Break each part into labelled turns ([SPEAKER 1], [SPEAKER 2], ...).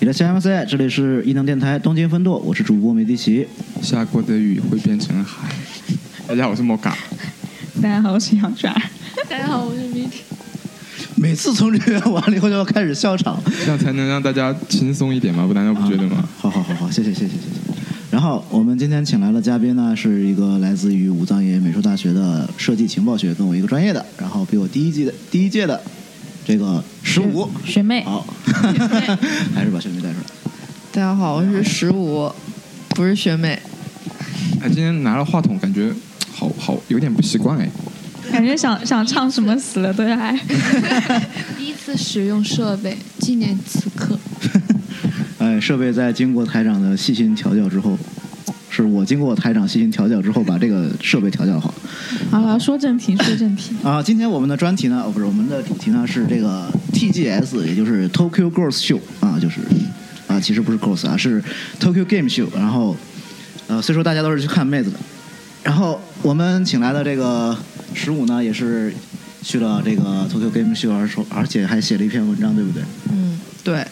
[SPEAKER 1] いらっしゃいませ，这里是异能电台东京分舵，我是主播梅迪奇。
[SPEAKER 2] 下过的雨会变成海。大家好，我是莫嘎。
[SPEAKER 3] 大家好，我是杨爪。
[SPEAKER 4] 大家好，我是 Vicky。
[SPEAKER 1] 每次从这边完了以后就要开始笑场，
[SPEAKER 2] 这样才能让大家轻松一点嘛？不难道不觉得吗？
[SPEAKER 1] 啊好好好好，谢谢谢谢谢谢。然后我们今天请来的嘉宾呢，是一个来自于武藏野美术大学的设计情报学，跟我一个专业的，然后比我第一季的第一届的这个十五
[SPEAKER 3] 学妹
[SPEAKER 2] 嗯
[SPEAKER 1] 好， 还是把学妹带出来。
[SPEAKER 4] 大家好，我是十五，不是学妹。
[SPEAKER 2] 哎，今天拿了话筒，感觉好好有点不习惯哎。
[SPEAKER 3] 感觉想想唱什么死了都要爱。
[SPEAKER 4] 第一次使用设备，纪念此刻。
[SPEAKER 1] 哎，设备在经过台长的细心调教之后，哎是我经过台长细心调教之后把这个设备调教好。
[SPEAKER 3] 好了，说正题，说正题。
[SPEAKER 1] 啊，今天我们的专题呢，哦，不是我们的主题呢是这个 TGS，也就是 Tokyo Girls Show 啊，就是啊，其实不是 Girls 啊，是 Tokyo Game Show。然后，呃，虽说大家都是去看妹子的，然后我们请来的这个十五呢，也是去了这个 Tokyo Game Show，而说而且还写了一篇文章，对不对？
[SPEAKER 4] 嗯，对。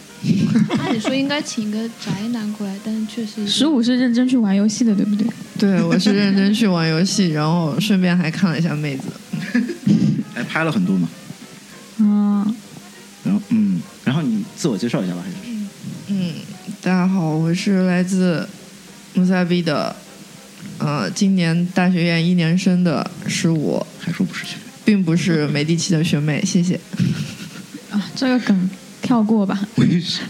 [SPEAKER 4] 按理说应该请个宅男过来，但是确实
[SPEAKER 3] 十五是认真去玩游戏的，对不对？
[SPEAKER 5] 对，我是认真去玩游戏，然后顺便还看了一下妹子。
[SPEAKER 1] 哎，拍了很多嘛。
[SPEAKER 3] 嗯，
[SPEAKER 1] 然后，嗯，然后你自我介绍一下吧，还是
[SPEAKER 5] 嗯，大家好，我是来自穆萨比的，呃，今年大学院一年生的十五，
[SPEAKER 1] 还说不是学妹？
[SPEAKER 5] 并不是美第奇的学妹，谢谢。
[SPEAKER 3] 啊，这个梗跳过吧。
[SPEAKER 2] 为什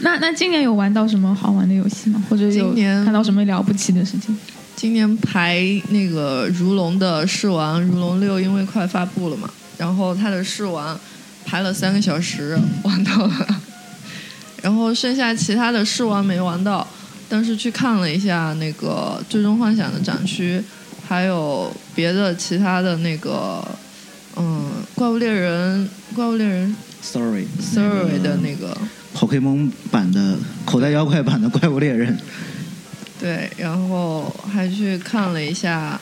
[SPEAKER 3] 那那今年有玩到什么好玩的游戏吗？或者有
[SPEAKER 5] 今年
[SPEAKER 3] 看到什么了不起的事情？
[SPEAKER 5] 今年排那个如龙的试玩，如龙六因为快发布了嘛，然后它的试玩排了三个小时玩到了， 然后剩下其他的试玩没玩到，但是去看了一下那个最终幻想的展区，还有别的其他的那个，嗯，怪物猎人，怪物猎人
[SPEAKER 1] Sorry
[SPEAKER 5] Survey 的那个，嗯
[SPEAKER 1] Pokemon 版的口袋妖怪版的怪物猎人，
[SPEAKER 5] 对，然后还去看了一下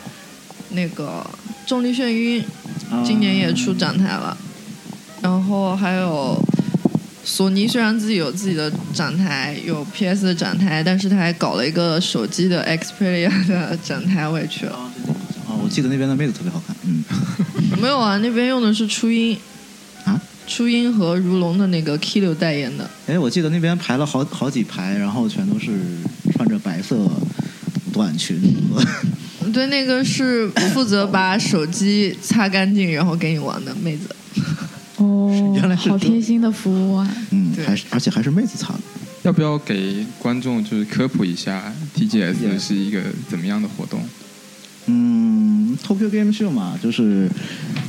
[SPEAKER 5] 那个重力眩晕。
[SPEAKER 1] 嗯
[SPEAKER 5] 今年也出展台了。然后还有索尼，虽然自己有自己的展台，有 PS 的展台，但是他还搞了一个手机的 Xperia 的展台，我也去了。
[SPEAKER 1] 哦，我记得那边的妹子特别好看，嗯，
[SPEAKER 5] 没有啊，那边用的是初音
[SPEAKER 1] 啊，
[SPEAKER 5] 初音和如龙的那个 K 六代言的。
[SPEAKER 1] 哎，我记得那边排了好好几排，然后全都是穿着白色短裙和，
[SPEAKER 5] 对，那个是负责把手机擦干净然后给你玩的妹子。
[SPEAKER 3] 哦
[SPEAKER 1] 原来是
[SPEAKER 3] 好贴心的服务啊！
[SPEAKER 1] 嗯，
[SPEAKER 5] 对
[SPEAKER 1] 还是而且还是妹子擦的，
[SPEAKER 2] 要不要给观众就是科普一下 TGS 是一个怎么样的活动？
[SPEAKER 1] 嗯，Tokyo Game Show 嘛，就是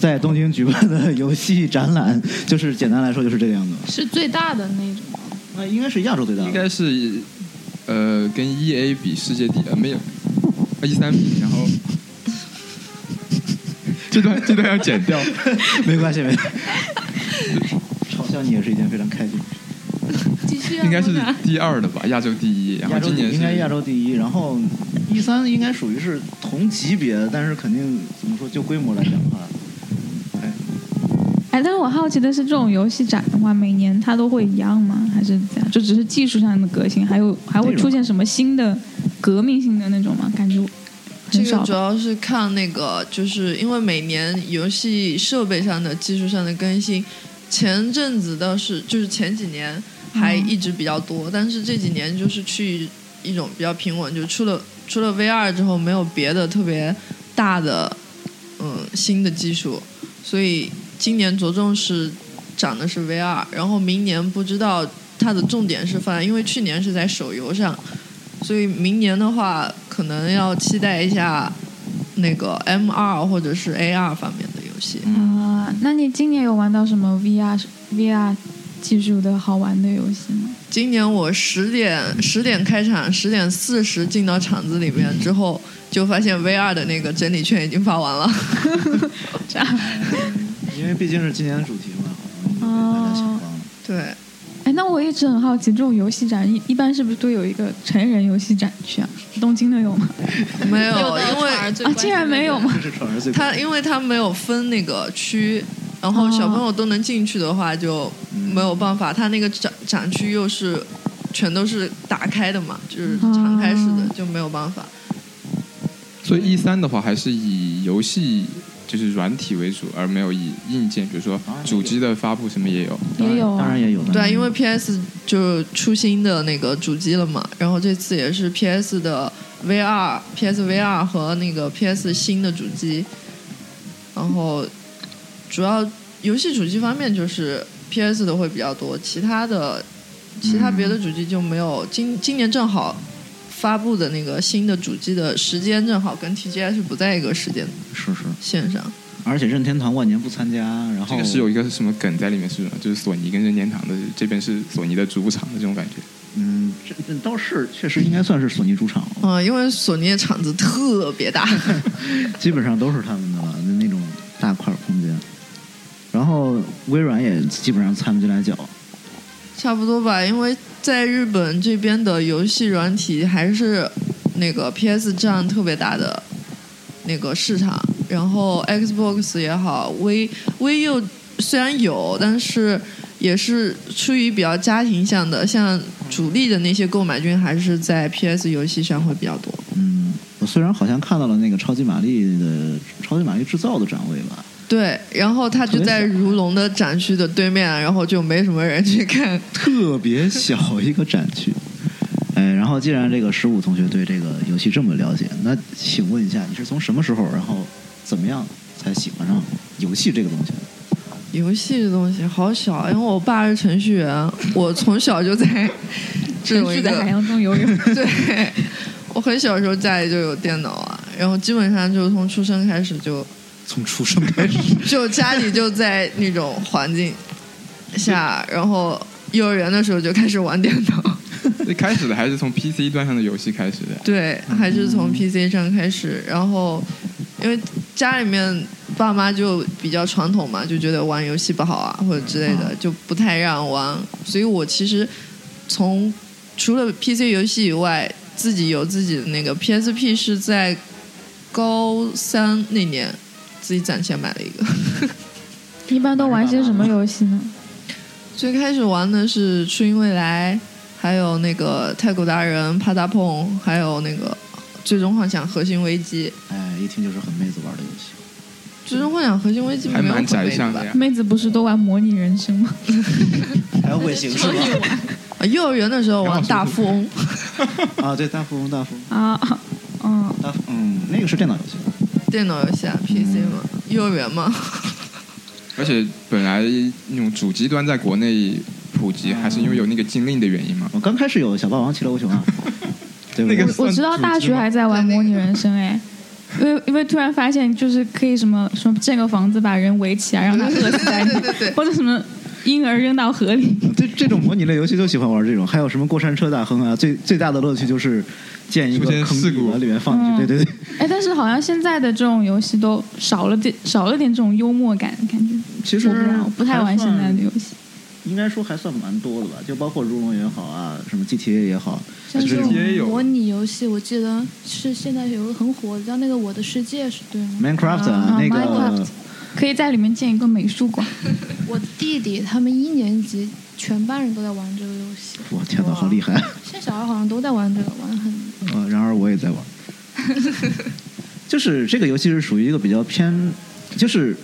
[SPEAKER 1] 在东京举办的游戏展览，就是简单来说就是这个样子嘛，
[SPEAKER 4] 是最大的那种。
[SPEAKER 1] 那应该是亚洲最大
[SPEAKER 2] 应
[SPEAKER 1] 的，
[SPEAKER 2] 该是呃跟 EA 比世界第呃没有呃 E 三比，然后这段这段要剪掉。
[SPEAKER 1] 没关系，没关系，嘲笑你也是一件非常开心的事。
[SPEAKER 4] 继续啊，
[SPEAKER 2] 应该是
[SPEAKER 4] 莫娜
[SPEAKER 2] 第二的吧，亚洲第一。然后
[SPEAKER 1] 亚洲
[SPEAKER 2] 今年
[SPEAKER 1] 第一应该
[SPEAKER 2] 是
[SPEAKER 1] 亚洲第一，然后一三应该属于是同级别的，但是肯定怎么说，就规模来讲的话，哎，
[SPEAKER 3] 哎，但是我好奇的是，这种游戏展的话，每年它都会一样吗？还是怎样？就只是技术上的革新，还有还会出现什么新的革命性的那种吗？感觉
[SPEAKER 5] 这
[SPEAKER 3] 很
[SPEAKER 5] 个
[SPEAKER 3] 少吧。
[SPEAKER 5] 主要是看那个，就是因为每年游戏设备上的技术上的更新，前阵子倒是就是前几年还一直比较多，但是这几年就是去一种比较平稳，就出了出了 VR 之后，没有别的特别大的嗯新的技术，所以今年着重是涨的是 VR，然后明年不知道它的重点是放在，因为去年是在手游上，所以明年的话可能要期待一下那个 MR 或者是 AR 方面的游戏。
[SPEAKER 3] 啊，那你今年有玩到什么 VR VR 技术的好玩的游戏吗？
[SPEAKER 5] 今年我十点十点开场，十点四十进到场子里面之后，就发现 VR 的那个整理券已经发完了。
[SPEAKER 3] 这样，
[SPEAKER 1] 因为毕竟是今年的主题嘛，
[SPEAKER 3] 哦
[SPEAKER 1] 可能大家想到了。
[SPEAKER 5] 对，
[SPEAKER 3] 哎，那我一直很好奇，这种游戏展一一般是不是都有一个成人游戏展区啊？东京的有吗？
[SPEAKER 5] 没有，
[SPEAKER 4] 有的
[SPEAKER 5] 因
[SPEAKER 4] 反而
[SPEAKER 5] 为
[SPEAKER 4] 最
[SPEAKER 3] 啊，
[SPEAKER 4] 关
[SPEAKER 3] 竟
[SPEAKER 4] 心
[SPEAKER 3] 然没有吗？
[SPEAKER 1] 这是传儿最
[SPEAKER 5] 它因为它没有分那个区，然后小朋友都能进去的话就没有办法。它那个展展区又是全都是打开的嘛，就是常开式的
[SPEAKER 3] 哦
[SPEAKER 5] 就没有办法。
[SPEAKER 2] 所以一 E 三的话还是以游戏就是软体为主，而没有以硬件，比如说
[SPEAKER 1] 当然也有
[SPEAKER 2] 主机的发布什么也有。
[SPEAKER 3] 也有
[SPEAKER 1] 当
[SPEAKER 3] 啊
[SPEAKER 1] 然，也有的。
[SPEAKER 5] 对啊，因为 PS 就出新的那个主机了嘛，然后这次也是 PS 的 VR、PS VR 和那个 PS 新的主机，然后主要游戏主机方面就是 PS 的会比较多，其他的其他别的主机就没有。今今年正好发布的那个新的主机的时间正好跟 TGS 不在一个时间
[SPEAKER 1] 是是，
[SPEAKER 5] 线上，
[SPEAKER 1] 而且任天堂万年不参加，然
[SPEAKER 2] 这
[SPEAKER 1] 后
[SPEAKER 2] 个是有一个什么梗在里面是什么？就是索尼跟任天堂的这边是索尼的主场的这种感觉。
[SPEAKER 1] 嗯，这这倒是确实应该算是索尼主场了，
[SPEAKER 5] 嗯、因为索尼的场子特别大，
[SPEAKER 1] 基本上都是他们的了，那那种大块空间。然后微软也基本上参不进来脚，
[SPEAKER 5] 差不多吧，因为在日本这边的游戏软体还是那个 PS 占特别大的那个市场，然后 Xbox 也好，V V U 虽然有，但是也是出于比较家庭向的，像主力的那些购买军还是在 PS 游戏上会比较多。
[SPEAKER 1] 嗯，我虽然好像看到了那个超级玛丽的超级玛丽制造的展位吧，
[SPEAKER 5] 对，然后它就在
[SPEAKER 1] 特别小
[SPEAKER 5] 如龙的展区的对面，然后就没什么人去看。
[SPEAKER 1] 特别小一个展区。哎，然后既然这个十五同学对这个游戏这么了解，那请问一下，你是从什么时候，然后怎么样才喜欢上游戏这个东西的？
[SPEAKER 5] 游戏这东西好小，因为我爸是程序员，我从小就在
[SPEAKER 3] 沉
[SPEAKER 5] 这种一
[SPEAKER 3] 睡
[SPEAKER 5] 个
[SPEAKER 3] 在海洋中游泳。
[SPEAKER 5] 对，我很小时候家里就有电脑啊，然后基本上就是从出生开始就
[SPEAKER 1] 从出生开始，
[SPEAKER 5] 就家里就在那种环境下，然后幼儿园的时候就开始玩电脑，
[SPEAKER 2] 最开始的还是从 PC 端上的游戏开始的。
[SPEAKER 5] 对，还是从 PC 上开始，然后因为家里面爸妈就比较传统嘛，就觉得玩游戏不好啊或者之类的，就不太让玩，所以我其实从除了 PC 游戏以外，自己有自己的那个 PSP 是在高三那年自己攒钱买了一个。
[SPEAKER 3] 一般都玩些什么游戏呢？
[SPEAKER 5] 最开始玩的是《初音未来》，还有那个《太鼓达人》、《啪嗒碰》，还有那个《最终幻想核心危机》。
[SPEAKER 1] 哎，一听就是很妹子玩的游戏。
[SPEAKER 5] 《最终幻想核心危机》
[SPEAKER 2] 还
[SPEAKER 5] 没有
[SPEAKER 2] 蛮
[SPEAKER 5] 很
[SPEAKER 2] 窄
[SPEAKER 5] 美
[SPEAKER 2] 向
[SPEAKER 5] 吧
[SPEAKER 2] 的？呀。
[SPEAKER 3] 妹子不是都玩模拟人生吗？
[SPEAKER 1] 还有尾行是吧？
[SPEAKER 5] 啊幼儿园的时候玩
[SPEAKER 2] 杨老
[SPEAKER 5] 《
[SPEAKER 2] 师
[SPEAKER 5] 大富翁》，
[SPEAKER 1] 啊，对，大富翁，大富翁，
[SPEAKER 3] 啊，嗯，
[SPEAKER 1] 大富，嗯，那个是电脑游戏。
[SPEAKER 5] 电脑游戏啊，PC 嘛，幼儿园嘛。
[SPEAKER 2] 而且本来那种主机端在国内普及，还是因为有那个禁令的原因嘛。
[SPEAKER 1] 我刚开始有小霸王、奇乐无穷 啊，对不对？
[SPEAKER 2] 那个
[SPEAKER 3] 我知道大学还在玩模拟人生哎，因为因为突然发现就是可以什么什么建个房子把人围起来 让他饿死在
[SPEAKER 5] 对对对对
[SPEAKER 3] 那，或者什么婴儿扔到河里，
[SPEAKER 1] 这这种模拟类游戏都喜欢玩这种，还有什么过山车大亨啊？最最大的乐趣就是建一个
[SPEAKER 2] 出现
[SPEAKER 1] 坑
[SPEAKER 2] 事
[SPEAKER 1] 底
[SPEAKER 2] 故
[SPEAKER 1] 往里面放进去，对
[SPEAKER 3] 嗯
[SPEAKER 1] 对对。
[SPEAKER 3] 哎，但是好像现在的这种游戏都少了点少了点这种幽默感，感觉
[SPEAKER 1] 其实
[SPEAKER 3] 我不知道我不太玩现在的游戏，
[SPEAKER 1] 应该说还算蛮多的吧，就包括如龙也好啊，什么 GTA 也好，
[SPEAKER 4] 像
[SPEAKER 1] 就是
[SPEAKER 4] 这
[SPEAKER 1] 这
[SPEAKER 4] 种
[SPEAKER 1] 种
[SPEAKER 2] 也有
[SPEAKER 4] 模拟游戏，我记得是现在有个很火的，叫那个《我的世界》，是对吗？
[SPEAKER 1] Minecraft 啊
[SPEAKER 3] 啊，
[SPEAKER 1] 那个
[SPEAKER 4] Minecraft
[SPEAKER 3] 可以在里面建一个美术馆，
[SPEAKER 4] 我弟弟他们一年级全班人都在玩这个游戏，
[SPEAKER 1] 我天哪，好厉害！
[SPEAKER 4] 现在小孩好像都在玩这个，玩得很
[SPEAKER 1] 呃， 然而我也在玩。就是这个游戏是属于一个比较偏，就是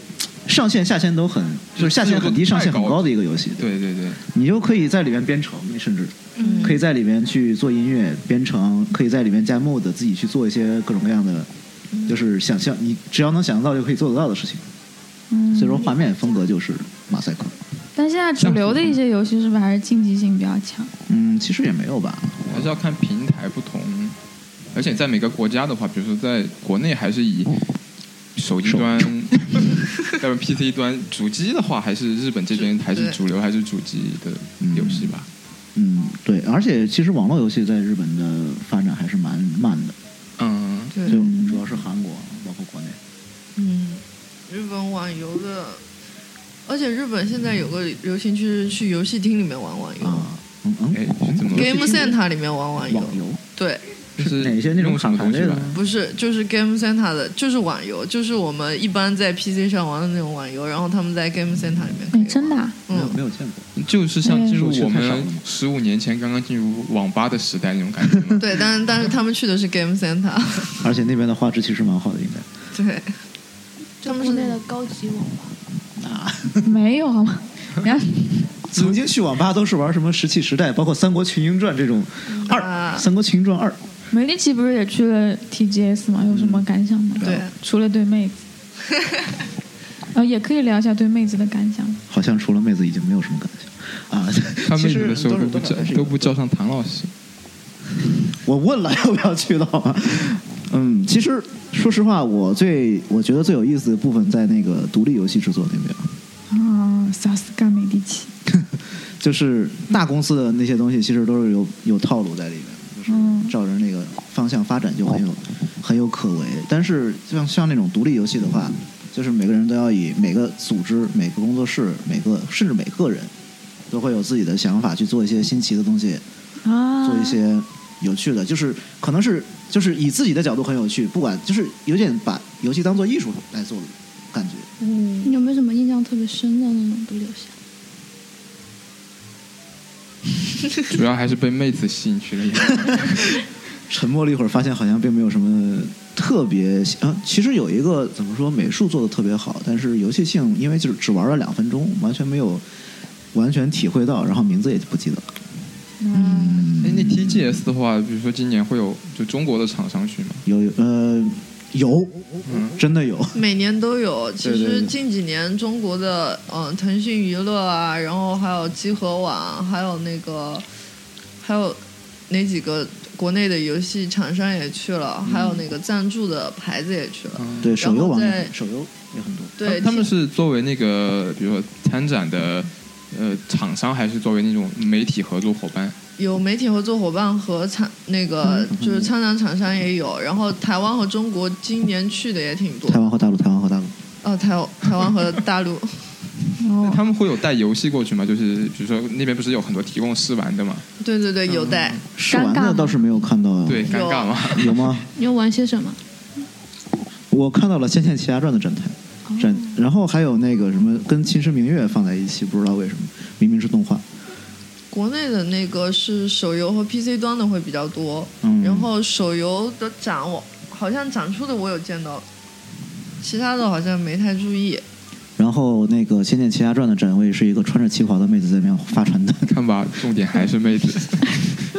[SPEAKER 1] 上线下线都很，就是下线很低，上线很高的一个游戏。对，
[SPEAKER 2] 对对对，
[SPEAKER 1] 你就可以在里面编程，甚至
[SPEAKER 5] 嗯
[SPEAKER 1] 可以在里面去做音乐编程，可以在里面加 mod，自己去做一些各种各样的，就是想象你只要能想得到就可以做得到的事情。
[SPEAKER 3] 嗯，
[SPEAKER 1] 所以说画面风格就是马赛克。
[SPEAKER 3] 但现在主流的一些游戏是不是还是竞技性比较强？
[SPEAKER 1] 嗯，其实也没有吧。
[SPEAKER 2] 还是要看平台不同。而且在每个国家的话，比如说在国内还是以手机端， 要不 PC 端，主机的话还是日本这边
[SPEAKER 5] 主
[SPEAKER 2] 还是
[SPEAKER 5] 对
[SPEAKER 2] 主流还是主机的游戏吧。
[SPEAKER 1] 嗯，对，而且其实网络游戏在日本的发展还是蛮慢的，
[SPEAKER 2] 嗯，
[SPEAKER 1] 就
[SPEAKER 5] 对，
[SPEAKER 1] 主要是韩国，包括国内。
[SPEAKER 5] 嗯，日本网游的，而且日本现在有个流行趋势，去游戏厅里面玩网游
[SPEAKER 1] 啊，嗯嗯，
[SPEAKER 2] 哎是怎么
[SPEAKER 5] ，Game
[SPEAKER 1] 游戏厅
[SPEAKER 5] Center 里面玩网游，
[SPEAKER 1] 网游，
[SPEAKER 5] 对，
[SPEAKER 2] 就是
[SPEAKER 1] 哪些那种
[SPEAKER 2] 弄什么
[SPEAKER 1] 卡牌
[SPEAKER 2] 东西
[SPEAKER 1] 类的
[SPEAKER 2] 吧
[SPEAKER 1] 吗？？
[SPEAKER 5] 不是，就是 Game Center 的，就是网游，就是我们一般在 PC 上玩的那种网游，然后他们在 Game Center 里面可以
[SPEAKER 3] 哎，
[SPEAKER 5] 玩。
[SPEAKER 3] 真的、啊，
[SPEAKER 1] 没有
[SPEAKER 5] 嗯，
[SPEAKER 1] 没有见过，
[SPEAKER 2] 就是像进入我
[SPEAKER 1] 手机太少了
[SPEAKER 2] 们
[SPEAKER 1] 嘛
[SPEAKER 2] 十五年前刚刚进入网吧的时代那种感觉吗
[SPEAKER 5] 对，但是但是他们去的是 Game Center，
[SPEAKER 1] 而且那边的画质其实蛮好的，应该。
[SPEAKER 5] 对，他
[SPEAKER 4] 就
[SPEAKER 5] 们
[SPEAKER 4] 国
[SPEAKER 5] 是
[SPEAKER 4] 内的高级网吧，
[SPEAKER 1] 啊，
[SPEAKER 3] 没有 啊好吗？然后
[SPEAKER 1] 曾经去网吧都是玩什么《石器时代》，包括《三国群英传》这种二，
[SPEAKER 5] 啊
[SPEAKER 1] 三国群英传二》
[SPEAKER 3] 梅丽奇不是也去了 TGS 吗？有什么感想吗？
[SPEAKER 5] 对，
[SPEAKER 3] 除了对妹子，呃，也可以聊一下对妹子的感想。
[SPEAKER 1] 好像除了妹子已经没有什么感觉啊。
[SPEAKER 2] 他
[SPEAKER 1] 其
[SPEAKER 2] 妹
[SPEAKER 1] 实
[SPEAKER 2] 子的时候
[SPEAKER 1] 多少多
[SPEAKER 2] 都不
[SPEAKER 1] 少
[SPEAKER 2] 叫
[SPEAKER 1] 还是有
[SPEAKER 2] 都不叫上唐老师，
[SPEAKER 1] 我问了要不要去的好吗？ 嗯，其实说实话，我最我觉得最有意思的部分在那个独立游戏制作那边，
[SPEAKER 3] 啊，萨斯卡美第奇，
[SPEAKER 1] 就是大公司的那些东西，其实都是有有套路在里面，就
[SPEAKER 3] 嗯
[SPEAKER 1] 是照着那个方向发展就很有很有可为。但是像像那种独立游戏的话，就是每个人都要以每个组织、每个工作室、每个甚至每个人都会有自己的想法去做一些新奇的东西，
[SPEAKER 3] 啊，
[SPEAKER 5] 嗯
[SPEAKER 1] 做一些有趣的，就是可能是就是以自己的角度很有趣，不管就是有点把游戏当做艺术来做的感觉。
[SPEAKER 4] 你有没有什么印象特别深的那种独立游戏？
[SPEAKER 2] 主要还是被妹子吸引去了一下。
[SPEAKER 1] 沉默了一会儿，发现好像并没有什么特别啊。其实有一个怎么说，美术做的特别好，但是游戏性因为就是只玩了两分钟，完全没有完全体会到，然后名字也不记得了。
[SPEAKER 3] 嗯，
[SPEAKER 2] 哎，那 TGS 的话，比如说今年会有就中国的厂商去吗？
[SPEAKER 1] 有呃有，
[SPEAKER 2] 嗯
[SPEAKER 1] 真的有。
[SPEAKER 5] 每年都有。
[SPEAKER 1] 对
[SPEAKER 5] 其
[SPEAKER 1] 对
[SPEAKER 5] 实
[SPEAKER 1] 对
[SPEAKER 5] 近几年中国的嗯、呃腾讯娱乐啊，然后还有集合网，还有那个还有哪几个国内的游戏厂商也去了，
[SPEAKER 1] 嗯
[SPEAKER 5] 还有那个赞助的牌子也去了。
[SPEAKER 2] 嗯，
[SPEAKER 1] 对手游网
[SPEAKER 5] 然后
[SPEAKER 1] 也
[SPEAKER 5] 在
[SPEAKER 1] 手游也很多。
[SPEAKER 5] 对，
[SPEAKER 2] 他他们
[SPEAKER 5] 其
[SPEAKER 2] 是作为那个比如说参展的呃厂商，还是作为那种媒体合作伙伴？
[SPEAKER 5] 有媒体合作伙伴和参那
[SPEAKER 1] 嗯
[SPEAKER 5] 个就是参展厂商也有，然后台湾和中国今年去的也挺多
[SPEAKER 1] 台。湾和大陆，台湾和大陆，
[SPEAKER 5] 哦，台台湾和大陆，
[SPEAKER 2] 那
[SPEAKER 3] 哦，
[SPEAKER 2] 他们会有带游戏过去吗？就是比如说那边不是有很多提供试玩的嘛？
[SPEAKER 5] 对对对，
[SPEAKER 1] 嗯
[SPEAKER 5] 有带。
[SPEAKER 1] 试玩的倒是没有看到。
[SPEAKER 2] 对，，尴尬嘛。
[SPEAKER 1] 有吗？
[SPEAKER 4] 你有玩些什么？
[SPEAKER 1] 我看到了《仙剑奇侠传》的展台，展，然后还有那个什么跟《秦时明月》放在一起，不知道为什么，明明是动画。
[SPEAKER 5] 国内的那个是手游和 PC 端的会比较多，
[SPEAKER 1] 嗯，
[SPEAKER 5] 然后手游的展我好像展出的我有见到，其他的好像没太注意。
[SPEAKER 1] 然后那个《仙剑奇侠传》的展位是一个穿着旗袍的妹子在那边发传 单。
[SPEAKER 2] 看吧，重点还是妹子。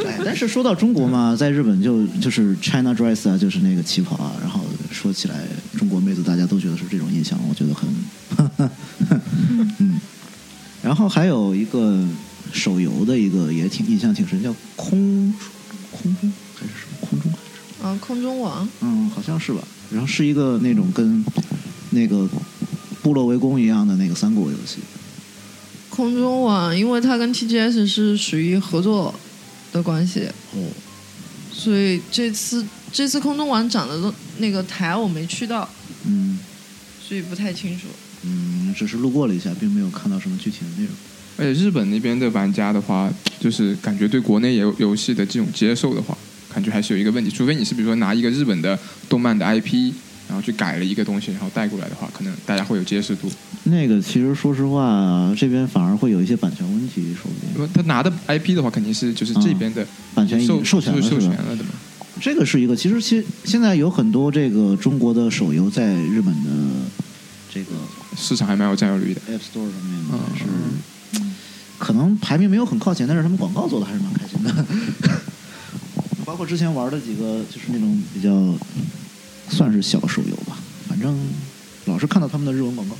[SPEAKER 1] 哎，但是说到中国嘛，在日本就就是 China dress 啊，就是那个旗袍啊。然后说起来，中国妹子大家都觉得是这种印象，我觉得很， 嗯。然后还有一个手游的一个也挺印象挺深，叫空空中还是什么空中还是什么
[SPEAKER 5] 啊，空中网，
[SPEAKER 1] 嗯，好像是吧。然后是一个那种跟那个部落围攻一样的那个三国游戏。
[SPEAKER 5] 空中网，因为它跟 TGS 是属于合作的关系，
[SPEAKER 1] 哦，
[SPEAKER 5] 所以这次这次空中网展的都那个台我没去到，
[SPEAKER 1] 嗯
[SPEAKER 5] 所以不太清楚。
[SPEAKER 1] 嗯，只是路过了一下，并没有看到什么具体的内容。
[SPEAKER 2] 而且日本那边的玩家的话，就是感觉对国内游游戏的这种接受的话，感觉还是有一个问题。除非你是比如说拿一个日本的动漫的 IP，然后去改了一个东西，然后带过来的话，可能大家会有接受度。
[SPEAKER 1] 那个其实说实话，这边反而会有一些版权问题，说不
[SPEAKER 2] 因
[SPEAKER 1] 定
[SPEAKER 2] 为他拿的 IP 的话，肯定是就是这边的
[SPEAKER 1] 啊版权已
[SPEAKER 2] 授
[SPEAKER 1] 经授权了，
[SPEAKER 2] 就是授
[SPEAKER 1] 是
[SPEAKER 2] 权
[SPEAKER 1] 吧？
[SPEAKER 2] 了的嘛。
[SPEAKER 1] 这个是一个，其实其实现在有很多这个中国的手游在日本的这个
[SPEAKER 2] 市场还蛮有占有率的。
[SPEAKER 1] App Store 上面
[SPEAKER 2] 嗯
[SPEAKER 1] 是。
[SPEAKER 4] 嗯
[SPEAKER 1] 可能排名没有很靠前，但是他们广告做的还是蛮开心的。 包括之前玩的几个，就是那种比较算是小手游吧，反正老是看到他们的日文广告。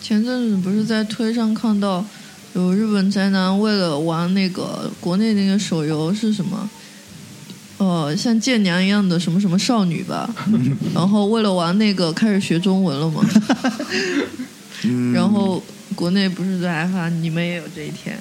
[SPEAKER 5] 前阵子不是在推上看到有日本宅男为了玩那个国内那个手游是什么？呃，像剑娘一样的什么什么少女吧，然后为了玩那个开始学中文了嘛，
[SPEAKER 4] 嗯
[SPEAKER 5] 然后国内不是在发你们也有这一天，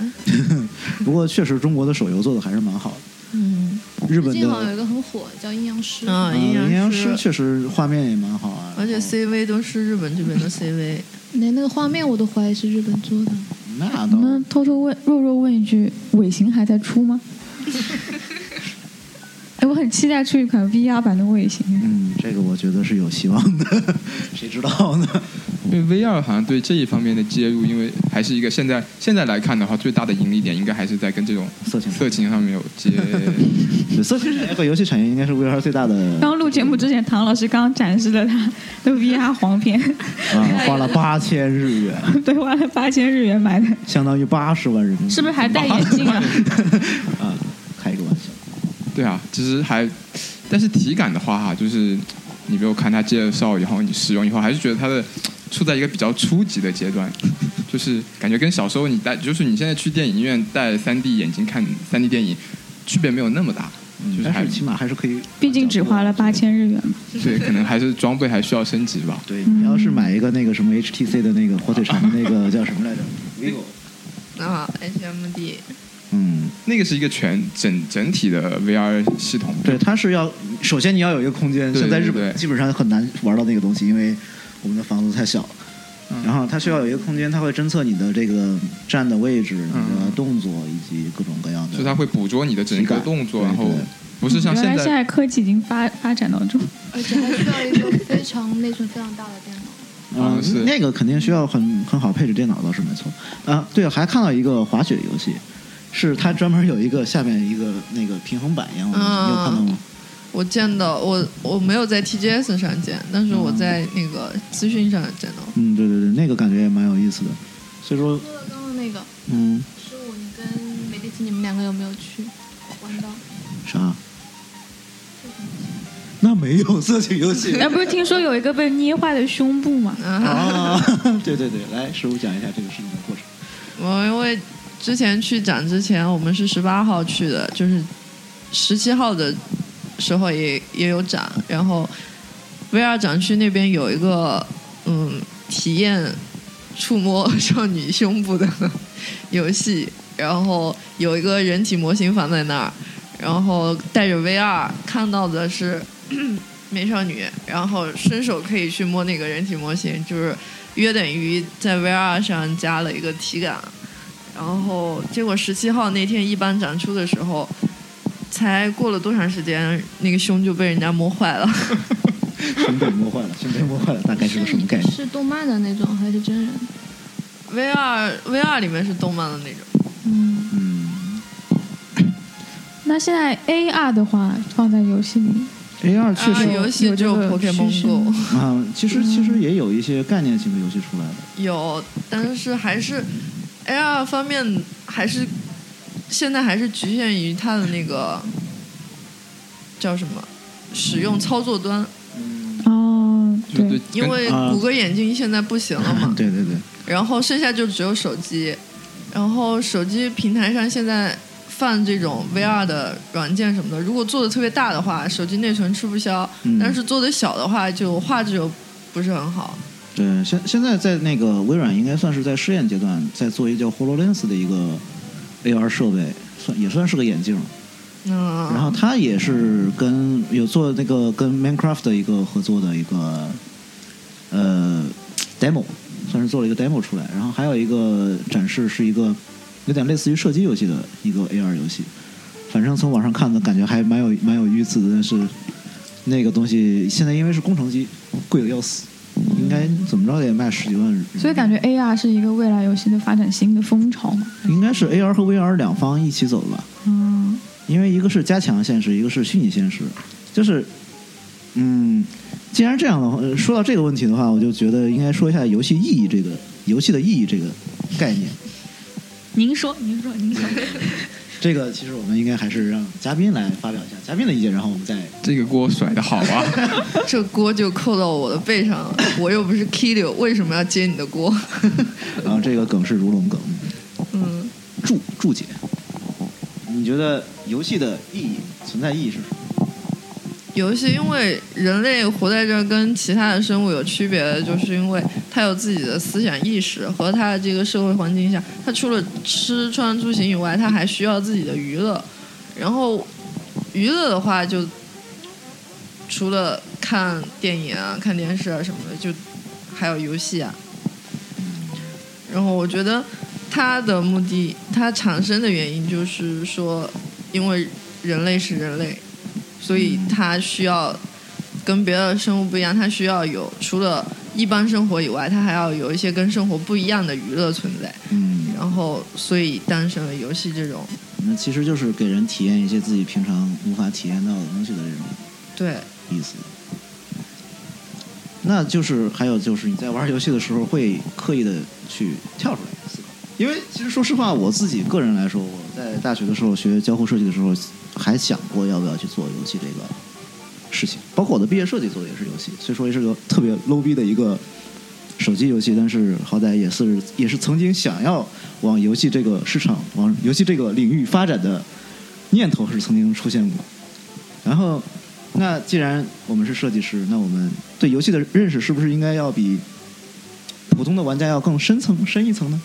[SPEAKER 1] 不过确实中国的手游做的还是蛮好的，
[SPEAKER 5] 嗯，
[SPEAKER 1] 日
[SPEAKER 4] 最
[SPEAKER 1] 本
[SPEAKER 4] 近好像
[SPEAKER 1] 的
[SPEAKER 4] 有一个很火叫《阴阳师》，
[SPEAKER 5] 啊，
[SPEAKER 1] 呃
[SPEAKER 5] 阴
[SPEAKER 1] 阴阳师
[SPEAKER 5] 师，
[SPEAKER 1] 确实画面也蛮好啊，
[SPEAKER 5] 而且
[SPEAKER 1] 然后
[SPEAKER 5] CV 都是日本这边的 CV，
[SPEAKER 4] 连那个画面我都怀疑是日本做的。
[SPEAKER 1] 那
[SPEAKER 3] 我
[SPEAKER 1] 倒
[SPEAKER 3] 们偷 偷问肉肉问一句，尾行还在出吗？哎，我很很期待出一款 VR 版的卫星。
[SPEAKER 1] 嗯，这个我觉得是有希望的， 谁知道呢？
[SPEAKER 2] 因为 VR 好像对这一方面的介入，因为还是一个现在现在来看的话，最大的盈利点应该还是在跟这种
[SPEAKER 1] 色情
[SPEAKER 2] 色情上面有接。
[SPEAKER 1] 对色情产业和游戏产业应该是 VR 最大的
[SPEAKER 3] 刚录节目之前，唐老师刚刚展示了他 的 VR 黄片，
[SPEAKER 1] 啊， 花了八千日元，
[SPEAKER 3] 对，花了八千日元买的，
[SPEAKER 1] 相当于八十万人民币，
[SPEAKER 3] 是不是还戴眼镜啊？
[SPEAKER 1] 啊？开个玩笑，
[SPEAKER 2] 对啊，其实还，但是体感的话哈，就是你没有看它介绍以后，你使用以后，还是觉得它的处在一个比较初级的阶段， 就是感觉跟小时候你戴，就是你现在去电影院戴 3D 眼镜看 3D 电影，区别没有那么大，嗯就是还
[SPEAKER 1] 嗯但是起码还是可以，
[SPEAKER 3] 毕竟只花了八。千日元嘛。
[SPEAKER 2] 对，可能还是装备还需要升级吧。
[SPEAKER 1] 对，你要是买一个那个什么 HTC 的那个火腿肠的那 个叫什么来着？vivo，
[SPEAKER 2] 嗯
[SPEAKER 5] 啊，HMD，
[SPEAKER 1] 嗯，
[SPEAKER 2] 那个是一个全整整体的 VR 系统，
[SPEAKER 1] 对，它是要首先你要有一个空间，
[SPEAKER 2] 对
[SPEAKER 1] 像在日
[SPEAKER 2] 对
[SPEAKER 1] 本
[SPEAKER 2] 对
[SPEAKER 1] 基本上很难玩到那个东西，因为我们的房子太小。
[SPEAKER 2] 嗯
[SPEAKER 1] 然后它需要有一个空间，它会侦测你的这个站的位置、你的
[SPEAKER 2] 嗯
[SPEAKER 1] 动作以及各种各样的。
[SPEAKER 2] 就是它会捕捉你的整个动作，
[SPEAKER 1] 体
[SPEAKER 2] 然
[SPEAKER 1] 感对
[SPEAKER 2] 后
[SPEAKER 1] 对
[SPEAKER 2] 不是像
[SPEAKER 3] 原
[SPEAKER 2] 现
[SPEAKER 3] 来现
[SPEAKER 2] 在
[SPEAKER 3] 在科技已经发发展到这种，
[SPEAKER 4] 而且还需要一个非常内存非常大的电脑。
[SPEAKER 2] 好像是
[SPEAKER 1] 嗯、那个肯定需要很很好配置电脑倒是没错。啊，对，还看到一个滑雪游戏，是它专门有一个下面一个那个平衡板一样的东西，你有看到吗？
[SPEAKER 5] 我见到我我没有在 TGS 上见，但是我在那个资讯上见到。
[SPEAKER 1] 嗯，对对对，那个感觉也蛮有意思的。所以说，
[SPEAKER 4] 说到刚刚那个
[SPEAKER 1] 嗯，
[SPEAKER 4] 十五，你跟美第奇你们两个有没有去玩到？
[SPEAKER 1] 啥？ 那没有色情游 戏
[SPEAKER 3] 那不是听说有一个被捏坏的胸部嘛？
[SPEAKER 5] 啊，
[SPEAKER 1] 啊！ 对对对，来，师傅讲一下这个事情的过程。
[SPEAKER 5] 我因为之前去展之前，我们是十八号去的，就是十七号的时候也也有展，然后 VR 展区那边有一个嗯体验触摸少女胸部的游戏，然后有一个人体模型放在那儿，然后带着 VR 看到的是美少女，然后伸手可以去摸那个人体模型，就是约等于在 VR 上加了一个体感。然后结果十七号那天一般展出的时候，才过了多长时间，那个胸就被人家摸坏了。
[SPEAKER 1] 胸被摸坏了，胸被摸坏了，大概是个什么概念？
[SPEAKER 4] 是动漫的那种还是真人？
[SPEAKER 5] VR VR 里面是动漫的那种，
[SPEAKER 4] 嗯，
[SPEAKER 1] 嗯
[SPEAKER 3] 那现在 AR 的话放在游戏里，
[SPEAKER 1] ，A 二确
[SPEAKER 5] 啊，
[SPEAKER 1] 实
[SPEAKER 5] 游戏
[SPEAKER 3] 有
[SPEAKER 5] 只
[SPEAKER 3] 这
[SPEAKER 5] 有
[SPEAKER 3] 个趋
[SPEAKER 5] Pokemon
[SPEAKER 3] 势
[SPEAKER 5] Go
[SPEAKER 1] 啊，其实其实也有一些概念性的游戏出来了。
[SPEAKER 5] 有，但是还是 AR 方面还是现在还是局限于它的那个叫什么使用操作端，
[SPEAKER 3] 哦，
[SPEAKER 2] 就对
[SPEAKER 3] 对，，
[SPEAKER 5] 因为
[SPEAKER 1] 啊，
[SPEAKER 5] 谷歌眼镜现在不行了嘛
[SPEAKER 1] 对对对，
[SPEAKER 5] 然后剩下就只有手机，然后手机平台上现在放这种 VR 的软件什么的，如果做的特别大的话，手机内存吃不消；
[SPEAKER 1] 嗯
[SPEAKER 5] 但是做的小的话，就画质又不是很好。
[SPEAKER 1] 对，现现在在那个微软应该算是在试验阶段，在做一个叫 HoloLens 的一个 AR 设备，算也算是个眼镜。然
[SPEAKER 5] 嗯，
[SPEAKER 1] 后它也是跟有做那个跟 Minecraft 的一个合作的一个呃 demo，算是做了一个 demo 出来。然后还有一个展示是一个有点类似于射击游戏的一个 AR 游戏，反正从网上看的感觉还蛮有蛮有意思的，但是那个东西现在因为是工程机，贵的要死，应该怎么着也卖十几万人民币。
[SPEAKER 3] 所以感觉 AR 是一个未来游戏的发展新的风潮嘛。
[SPEAKER 1] 应该是 AR 和 VR 两方一起走吧。
[SPEAKER 3] 嗯，
[SPEAKER 1] 因为一个是加强现实，一个是虚拟现实，就是，嗯，既然这样的话，呃说到这个问题的话，我就觉得应该说一下游戏意义这个游戏的意义这个概念。
[SPEAKER 3] 您说，您说， 您说，
[SPEAKER 1] 这个其实我们应该还是让嘉宾来发表一下嘉宾的意见，然后我们再
[SPEAKER 2] 这个锅甩的好啊！
[SPEAKER 5] 这锅就扣到我的背上了，我又不是 Kilio，为什么要接你的锅？
[SPEAKER 1] 然后啊这个梗是如龙梗，
[SPEAKER 5] 嗯，
[SPEAKER 1] 注注解。你觉得游戏的意义存在意义是什么？
[SPEAKER 5] 游戏因为人类活在这儿跟其他的生物有区别的，就是因为它有自己的思想意识和它的这个社会环境下，它除了吃穿住行以外，它还需要自己的娱乐。然后娱乐的话就，除了看电影啊、看电视啊什么的，就还有游戏啊。然后我觉得它的目的，它产生的原因就是说，因为人类是人类，所以它需要跟别的生物不一样，它需要有除了一般生活以外，它还要有一些跟生活不一样的娱乐存在。
[SPEAKER 1] 嗯，
[SPEAKER 5] 然后，所以诞生了游戏这种。
[SPEAKER 1] 那其实就是给人体验一些自己平常无法体验到的东西的这种
[SPEAKER 5] 对，
[SPEAKER 1] 意思。那就是还有就是你在玩游戏的时候会刻意的去跳出来思考，因为其实说实话，我自己个人来说，我在大学的时候学交互设计的时候，还想过要不要去做游戏这个事情，包括我的毕业设计做的也是游戏，虽说也是个特别 low 逼的一个手机游戏，但是好歹也是也是曾经想要往游戏这个市场、往游戏这个领域发展的念头是曾经出现过。然后，那既然我们是设计师，那我们对游戏的认识是不是应该要比普通的玩家要更深层、深一层呢？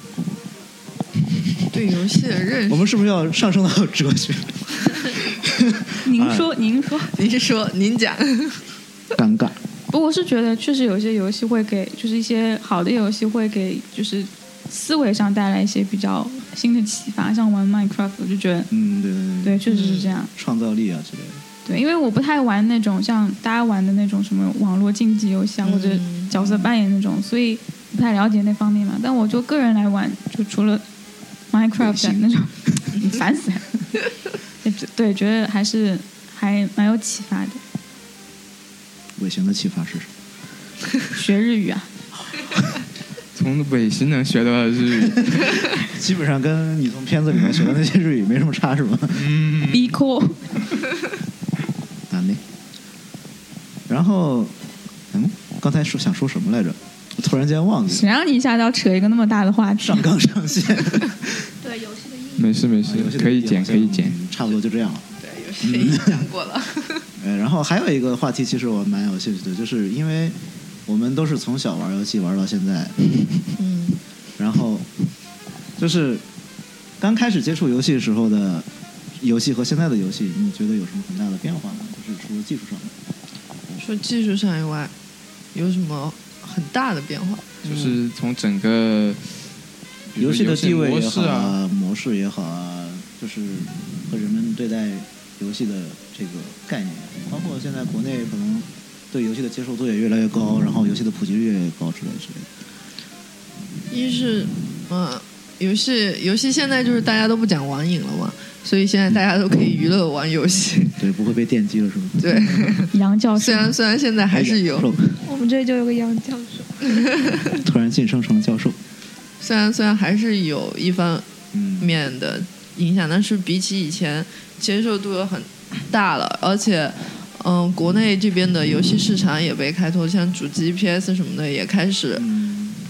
[SPEAKER 5] 对游戏的认识。
[SPEAKER 1] 我们是不是要上升到哲学？
[SPEAKER 3] 您说，您说。
[SPEAKER 5] 您是说您讲？
[SPEAKER 1] 尴尬，
[SPEAKER 3] 不过我是觉得，确实有些游戏会给，就是一些好的游戏会给，就是思维上带来一些比较新的启发。像玩 Minecraft，我就觉得，
[SPEAKER 1] 嗯，对对对，
[SPEAKER 3] 对，确实是这样。
[SPEAKER 1] 创造力啊之类的，
[SPEAKER 3] 对，因为我不太玩那种像大家玩的那种什么网络竞技游戏啊，
[SPEAKER 5] 嗯
[SPEAKER 3] 或者角色扮演那种，所以不太了解那方面嘛。但我就个人来玩，就除了 Minecraft 啊那种，烦死了。也觉对，觉得还是还蛮有启发的。
[SPEAKER 1] 尾行的启发是什么？
[SPEAKER 3] 学日语啊，
[SPEAKER 2] 从尾行能学到的日语，
[SPEAKER 1] 基本上跟你从片子里面学的那些日语没什么差，是吗？
[SPEAKER 2] 嗯，
[SPEAKER 3] 逼扣。
[SPEAKER 1] 难呢。然后，嗯，刚才说想说什么来着？我突然间忘记
[SPEAKER 3] 谁
[SPEAKER 1] 了。
[SPEAKER 3] 让你一下子要扯一个那么大的话题
[SPEAKER 1] 上？纲上 线，
[SPEAKER 4] 对游戏的意义。
[SPEAKER 2] 没事 没事
[SPEAKER 1] 游戏，的
[SPEAKER 2] 可
[SPEAKER 1] 理
[SPEAKER 2] 以
[SPEAKER 1] 解
[SPEAKER 2] 剪
[SPEAKER 1] 好
[SPEAKER 2] 可
[SPEAKER 1] 像
[SPEAKER 2] 以剪。
[SPEAKER 1] 嗯差不多就这样了。
[SPEAKER 5] 对，游戏已经讲过了。
[SPEAKER 1] 呃，然后还有一个话题，其实我蛮有兴趣的，就是因为我们都是从小玩游戏玩到现在，
[SPEAKER 5] 嗯
[SPEAKER 1] 然后就是刚开始接触游戏时候的游戏和现在的游戏，你觉得有什么很大的变化吗？就是除了技术上的，
[SPEAKER 5] 除了技术上以外，有什么很大的变化？
[SPEAKER 2] 就是从整个比如
[SPEAKER 1] 游戏的地位
[SPEAKER 2] 模
[SPEAKER 1] 也
[SPEAKER 2] 式
[SPEAKER 1] 好
[SPEAKER 2] 啊，
[SPEAKER 1] 啊，模式也好啊，就是和人们对待游戏的这个概念，包括现在国内可能对游戏的接受度也越来越高，然后游戏的普及率也越来越高之类之类的。
[SPEAKER 5] 一是，嗯、游戏游戏现在就是大家都不讲网瘾了嘛，所以现在大家都可以娱乐玩游戏。
[SPEAKER 1] 对，不会被电击了是吗？
[SPEAKER 5] 对，
[SPEAKER 3] 杨教授
[SPEAKER 5] 虽，然虽然现在还
[SPEAKER 1] 哎
[SPEAKER 5] 是有，
[SPEAKER 4] 我们这里就有个杨教授，
[SPEAKER 1] 突然晋升成了教授。
[SPEAKER 5] 虽然虽然还是有一方
[SPEAKER 1] 嗯，
[SPEAKER 5] 面的影响，但是比起以前接受度有很大了，而且。嗯，国内这边的游戏市场也被开拓，像主机、PS 什么的也开始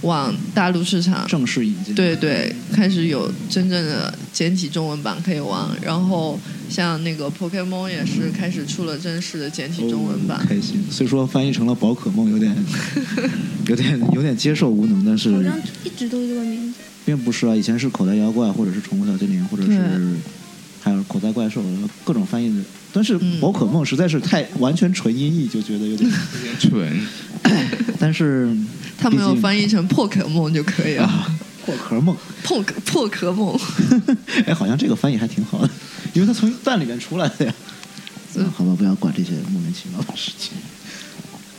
[SPEAKER 5] 往大陆市场
[SPEAKER 1] 正式引进。
[SPEAKER 5] 对对，开始有真正的简体中文版可以玩，然后像那个 Pokemon 也是开始出了正式的简体中文版
[SPEAKER 1] 哦。开心。虽说翻译成了宝可梦，有点 有点有点接受无能，但
[SPEAKER 4] 好
[SPEAKER 1] 是
[SPEAKER 4] 像一直都是这个名字。
[SPEAKER 1] 并不是啊。以前是口袋妖怪，或者是宠物小精灵，或者是
[SPEAKER 5] 对
[SPEAKER 1] 还有口袋怪兽，各种翻译的。但是
[SPEAKER 5] 嗯
[SPEAKER 1] 宝可梦实在是太完全纯音译，就觉得有 点。
[SPEAKER 2] 有点蠢。
[SPEAKER 1] 但是
[SPEAKER 5] 他们有
[SPEAKER 1] 毕竟
[SPEAKER 5] 翻译成破可梦就可以了，
[SPEAKER 1] 啊，破壳梦，
[SPEAKER 5] 破可破壳梦。
[SPEAKER 1] 哎，好像这个翻译还挺好的，因为它从蛋里面出来的呀。
[SPEAKER 5] 嗯
[SPEAKER 1] 啊好吧，不要管这些莫名其妙的事情。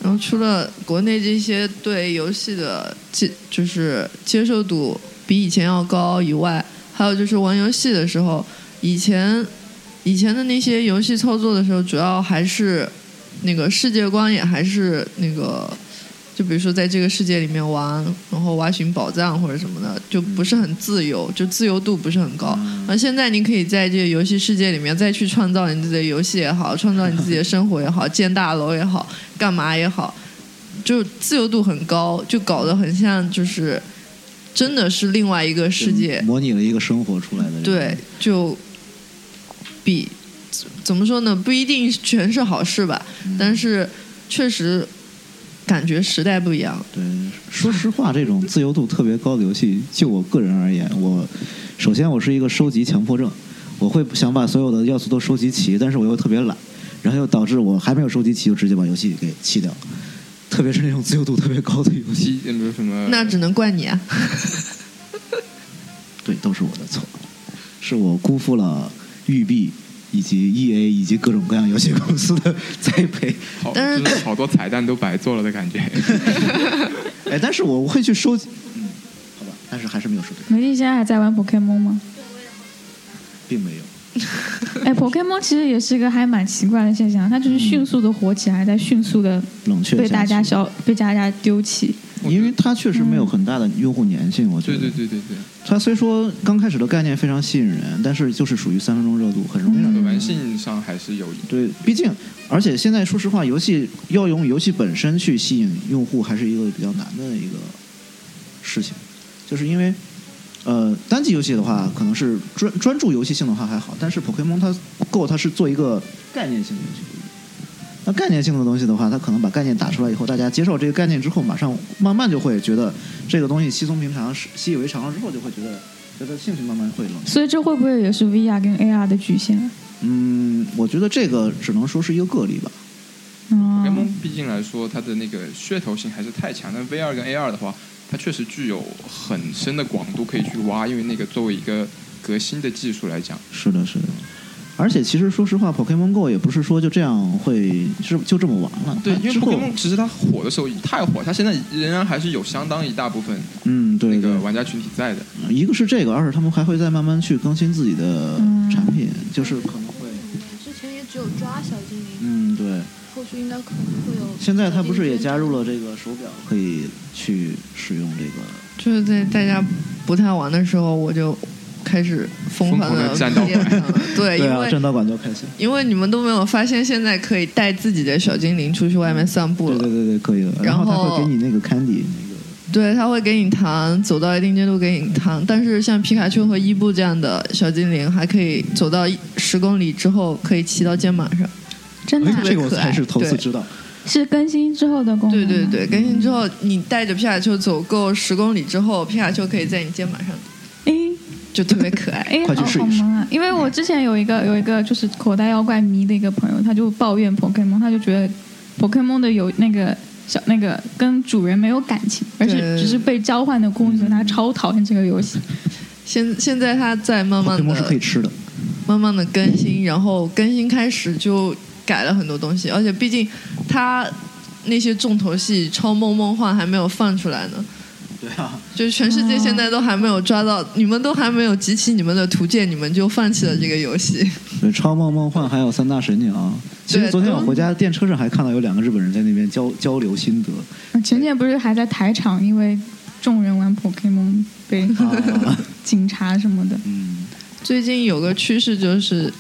[SPEAKER 5] 然后除了国内这些对游戏的接就是接受度比以前要高以外，还有就是玩游戏的时候，以前以前的那些游戏操作的时候，主要还是那个世界观也还是那个，就比如说在这个世界里面玩，然后挖寻宝藏或者什么的，就不是很自由，就自由度不是很高。而现在你可以在这个游戏世界里面再去创造你自己的游戏也好，创造你自己的生活也好，建大楼也好，干嘛也好，就自由度很高，就搞得很像就是真的是另外一个世界
[SPEAKER 1] 就。模拟了一个生活出来的。
[SPEAKER 5] 对，，就比怎么说呢？不一定全是好事吧，但是确实感觉时代不一样。
[SPEAKER 1] 对，说实话，这种自由度特别高的游戏，就我个人而言，我首先我是一个收集强迫症，我会想把所有的要素都收集齐，但是我又特别懒，然后又导致我还没有收集齐就直接把游戏给弃掉，特别是那种自由度特别高的游戏，
[SPEAKER 2] 鸡那个什么，
[SPEAKER 5] 那只能怪你啊！
[SPEAKER 1] 对，都是我的错，是我辜负了育碧以及 EA 以及各种各样游戏公司的栽培。
[SPEAKER 2] 好，
[SPEAKER 5] 但是
[SPEAKER 2] 就是好多彩蛋都白做了的感觉。
[SPEAKER 1] 哎，但是我会去收集，嗯，好吧，但是还是没有收集，
[SPEAKER 3] 美丽现在还在玩 Pokemon 吗？
[SPEAKER 1] 并没有。
[SPEAKER 3] 哎，Pokemon 其实也是一个还蛮奇怪的现象，它就是迅速的火起来，再迅速的
[SPEAKER 1] 冷却
[SPEAKER 3] 被
[SPEAKER 1] 下
[SPEAKER 3] 大
[SPEAKER 1] 去
[SPEAKER 3] 家嗯消被大家丢弃。
[SPEAKER 1] 因为它确实没有很大的用户粘性，我觉
[SPEAKER 2] 对
[SPEAKER 1] 得。
[SPEAKER 2] 对对对对，
[SPEAKER 1] 它虽说刚开始的概念非常吸引人，但是就是属于三分钟热度，很容易让
[SPEAKER 2] 可
[SPEAKER 1] 人。
[SPEAKER 3] 嗯
[SPEAKER 2] 玩性上还是有一定。
[SPEAKER 1] 对，毕竟，而且现在说实话，游戏要用游戏本身去吸引用户，还是一个比较难的一个事情，就是因为，呃，单机游戏的话，可能是专专注游戏性的话还好，但是 Pokemon 它 Go 它是做一个概念性的游戏，那概念性的东西的话，它可能把概念打出来以后，大家接受这个概念之后，马上慢慢就会觉得这个东西稀松平常、是习以为常了之后，就会觉得觉得兴趣慢慢会冷。
[SPEAKER 3] 所以这会不会也是 VR 跟 AR 的局限？啊
[SPEAKER 1] 嗯，我觉得这个只能说是一个个例吧。
[SPEAKER 3] 嗯，
[SPEAKER 2] Pokemon 毕竟来说，它的那个噱头性还是太强。但 VR 跟 AR 的话，它确实具有很深的广度可以去挖，因为那个作为一个革新的技术来讲，
[SPEAKER 1] 是的，是的。而且其实说实话，Pokemon Go 也不是说就这样会是就这么玩了。
[SPEAKER 2] 对，
[SPEAKER 1] 它
[SPEAKER 2] 因为
[SPEAKER 1] 之后
[SPEAKER 2] Pokemon 其实它火的时候太火，它现在仍然还是有相当一大部分
[SPEAKER 1] 嗯，对
[SPEAKER 2] 那
[SPEAKER 1] 对
[SPEAKER 2] 个，玩家群体在的。
[SPEAKER 1] 一个是这个，二是他们还会再慢慢去更新自己的
[SPEAKER 3] 嗯
[SPEAKER 1] 产品，就是可能会，
[SPEAKER 4] 嗯之前也只有抓小精灵，
[SPEAKER 1] 嗯，对。
[SPEAKER 4] 后续应该可能会有。
[SPEAKER 1] 现在它不是也加入了这个手表，可以去使用这个？
[SPEAKER 5] 就是在大家不太玩的时候，我就开始疯狂
[SPEAKER 2] 疯
[SPEAKER 5] 的
[SPEAKER 2] 狂地站到
[SPEAKER 5] 恋上了。对，
[SPEAKER 1] 对
[SPEAKER 5] 因
[SPEAKER 1] 啊，
[SPEAKER 5] 为
[SPEAKER 1] 站到管教开心。
[SPEAKER 5] 因为你们都没有发现，现在可以带自己的小精灵出去外面散步
[SPEAKER 1] 对
[SPEAKER 5] 了。
[SPEAKER 1] 对对对，可以的。
[SPEAKER 5] 然
[SPEAKER 1] 后
[SPEAKER 5] 后
[SPEAKER 1] 它会给你那个 candy 那个。
[SPEAKER 5] 对，他会给你糖，走到一定程度给你糖。但是像皮卡丘和伊布这样的小精灵，还可以走到十公里之后，可以骑到肩膀上。
[SPEAKER 3] 真的啊
[SPEAKER 1] 哎这个我才是头次
[SPEAKER 5] 对
[SPEAKER 1] 知道。
[SPEAKER 3] 是更新之后的功能啊
[SPEAKER 5] 对
[SPEAKER 3] 吗。
[SPEAKER 5] 对对，更新之后，你带着皮卡丘走够十公里之后，皮卡丘可以在你肩膀上，
[SPEAKER 3] 诶，
[SPEAKER 5] 就特别可爱。
[SPEAKER 3] 哎哎，
[SPEAKER 1] 快去试一
[SPEAKER 3] 好好
[SPEAKER 1] 试
[SPEAKER 3] 萌啊！因为我之前有一个有一个就是口袋妖怪迷的一个朋友，他就抱怨 Pokemon，他就觉得 Pokemon 的有那个小那个跟主人没有感情，而是
[SPEAKER 5] 对嗯
[SPEAKER 3] 只是被交换的工具，他超讨厌这个游戏。
[SPEAKER 5] 现现在它在慢慢
[SPEAKER 1] Pokemon 是可以
[SPEAKER 5] 的、
[SPEAKER 1] 吃的。
[SPEAKER 5] 慢慢的更新，然后更新开始就改了很多东西，而且毕竟它那些重头戏《超梦梦幻》还没有放出来呢，
[SPEAKER 1] 对啊，
[SPEAKER 5] 就是全世界现
[SPEAKER 4] 嗯
[SPEAKER 5] 在都还没有抓到，你们都还没有集齐你们的图鉴，你们就放弃了这个游戏。
[SPEAKER 1] 对，超梦梦幻还有三大神鸟。其实
[SPEAKER 5] 对
[SPEAKER 1] 昨天我
[SPEAKER 5] 都
[SPEAKER 1] 回家电车上还看到有两个日本人在那边交交流心得。
[SPEAKER 3] 嗯前天不是还在台场，因为众人玩 Pokemon 被
[SPEAKER 1] 啊
[SPEAKER 3] 警察什么的，
[SPEAKER 1] 嗯，
[SPEAKER 5] 最近有个趋势就是，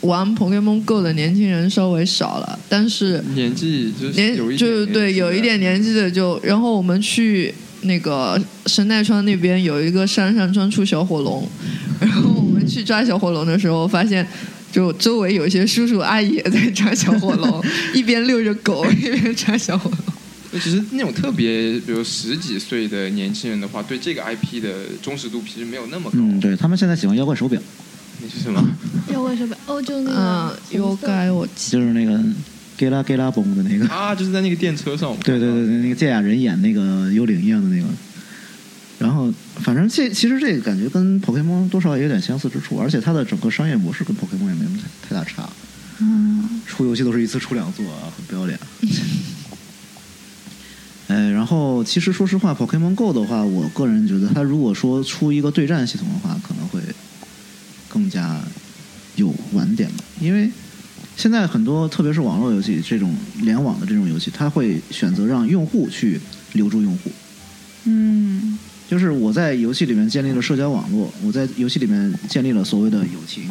[SPEAKER 5] 玩 Pokemon Go 的年轻人稍微少了，但是
[SPEAKER 2] 年纪就是
[SPEAKER 5] 年
[SPEAKER 2] 嗯有一
[SPEAKER 5] 哎就
[SPEAKER 2] 点
[SPEAKER 5] 是对有一点年纪的就，然后我们去那个神奈川那边有一个山上专出小火龙，然后我们去抓小火龙的时候发现。就周围有一些叔叔阿姨也在抓小火 龙，一边遛着狗一边抓小火龙。
[SPEAKER 2] 就其实那种特别，比如十几岁的年轻人的话，对这个 IP 的忠实度其实没有那么高。
[SPEAKER 1] 嗯，对他们现在喜欢妖怪手表，
[SPEAKER 2] 那是什么？
[SPEAKER 4] 要为什么？哦，就那
[SPEAKER 5] 嗯
[SPEAKER 4] 个，
[SPEAKER 5] 有
[SPEAKER 4] 红色
[SPEAKER 5] 该我记。
[SPEAKER 1] 就是那个 g 拉 g 拉崩的那个。
[SPEAKER 2] 啊，就是在那个电车上。
[SPEAKER 1] 对对对对，那个芥雅人演那个幽灵一样的那个。然后，反正这其实这个感觉跟 Pokemon 多少也有点相似之处，而且它的整个商业模式跟 Pokemon 也没什么太太大差。
[SPEAKER 3] 嗯，
[SPEAKER 1] 出游戏都是一次出两座啊，很不要脸。呃，然后其实说实话，Pokemon Go 的话，我个人觉得它如果说出一个对战系统的话，可能会更加有玩点吧，因为现在很多特别是网络游戏这种联网的这种游戏，它会选择让用户去留住用户。
[SPEAKER 3] 嗯，
[SPEAKER 1] 就是我在游戏里面建立了社交网络，我在游戏里面建立了所谓的友情，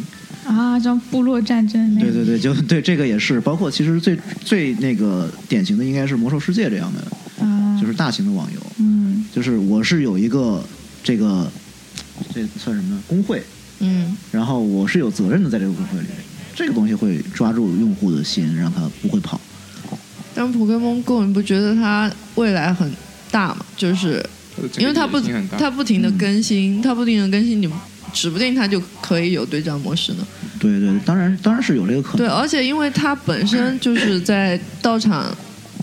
[SPEAKER 3] 啊，像部落战争那
[SPEAKER 1] 对
[SPEAKER 3] 个，
[SPEAKER 1] 对对，就对这个也是，包括其实最最那个典型的应该是《魔兽世界》这样的，
[SPEAKER 3] 啊，
[SPEAKER 1] 就是大型的网游，
[SPEAKER 3] 嗯
[SPEAKER 1] 就是我是有一个这个这算什么呢？工会，
[SPEAKER 5] 嗯，
[SPEAKER 1] 然后我是有责任的在这个工会里面，这个东西会抓住用户的心，让他不会跑。
[SPEAKER 5] 但 Pokemon Go 你不觉得它未来很大吗？就是
[SPEAKER 2] 啊
[SPEAKER 5] 因为它不
[SPEAKER 2] 很大，嗯
[SPEAKER 5] 它不停的更新，它不停的更新，你指不定它就可以有对战模式呢。
[SPEAKER 1] 对对，当然当然是有这个可
[SPEAKER 5] 对，
[SPEAKER 1] 能。
[SPEAKER 5] 而且因为它本身就是在道场。